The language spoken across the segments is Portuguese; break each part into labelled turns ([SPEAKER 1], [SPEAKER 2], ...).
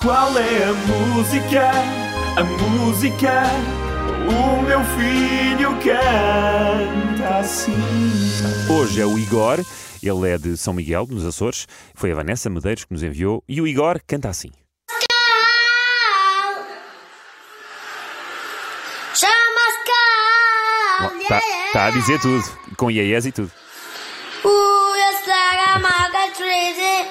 [SPEAKER 1] Qual é a música? A música? O meu filho canta assim.
[SPEAKER 2] Hoje é o Igor, ele é de São Miguel, nos Açores. Foi a Vanessa Medeiros que nos enviou. E o Igor canta assim.
[SPEAKER 3] Cal. Chamas Cal.
[SPEAKER 2] Está tá, a dizer tudo, com ies e tudo.
[SPEAKER 3] Who is that I'm not crazy,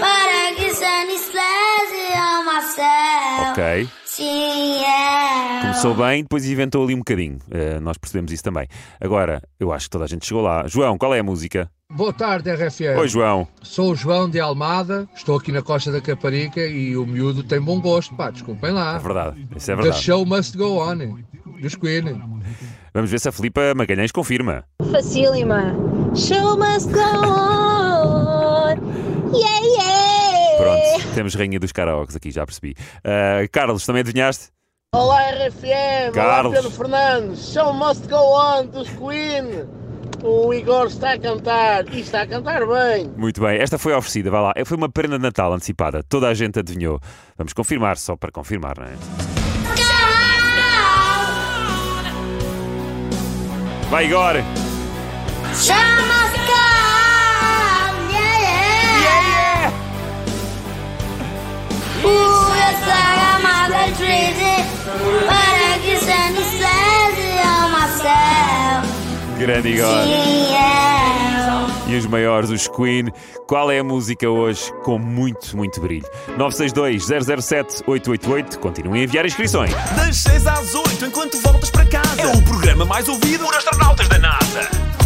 [SPEAKER 3] but I guess I'm crazy on myself.
[SPEAKER 2] Ok.
[SPEAKER 3] Sim, é.
[SPEAKER 2] Começou bem, depois inventou ali um bocadinho. Eh, nós percebemos isso também. Agora, eu acho que toda a gente chegou lá. João, qual é a música?
[SPEAKER 4] Boa tarde, RFM.
[SPEAKER 2] Oi, João.
[SPEAKER 4] Sou o João de Almada, estou aqui na Costa da Caparica e o miúdo tem bom gosto, pá, desculpem
[SPEAKER 2] É
[SPEAKER 4] lá.
[SPEAKER 2] verdade, isso é
[SPEAKER 4] The
[SPEAKER 2] verdade.
[SPEAKER 4] show must go on, dos Queen.
[SPEAKER 2] Vamos ver se a Filipa Magalhães confirma.
[SPEAKER 5] Facílima. Show must go on. Yeah, yeah.
[SPEAKER 2] Pronto, temos rainha dos karaokes aqui, já percebi. Eh, Carlos, também adivinhaste?
[SPEAKER 6] Olá RFM,
[SPEAKER 2] Carlos.
[SPEAKER 6] olá Pedro Fernandes, show must go on dos Queen. O Igor está a cantar e está a cantar bem.
[SPEAKER 2] Muito bem, esta foi oferecida, vai lá. É, Foi uma prenda de Natal antecipada, toda a gente adivinhou. Vamos confirmar, só para confirmar, não é? Vai, Igor!
[SPEAKER 3] Chamas Cal. Yeah, yeah. Who is that I'm not crazy, but I guess I'm crazy on myself.
[SPEAKER 2] Grande Igor!
[SPEAKER 3] Sim, é.
[SPEAKER 2] E os maiores, os Queen. Qual é a música hoje com muito, muito brilho? 962-007-888. Continuem a enviar inscrições.
[SPEAKER 1] Das 6 às 8, enquanto voltas para casa. É o programa mais ouvido por astronautas da NASA.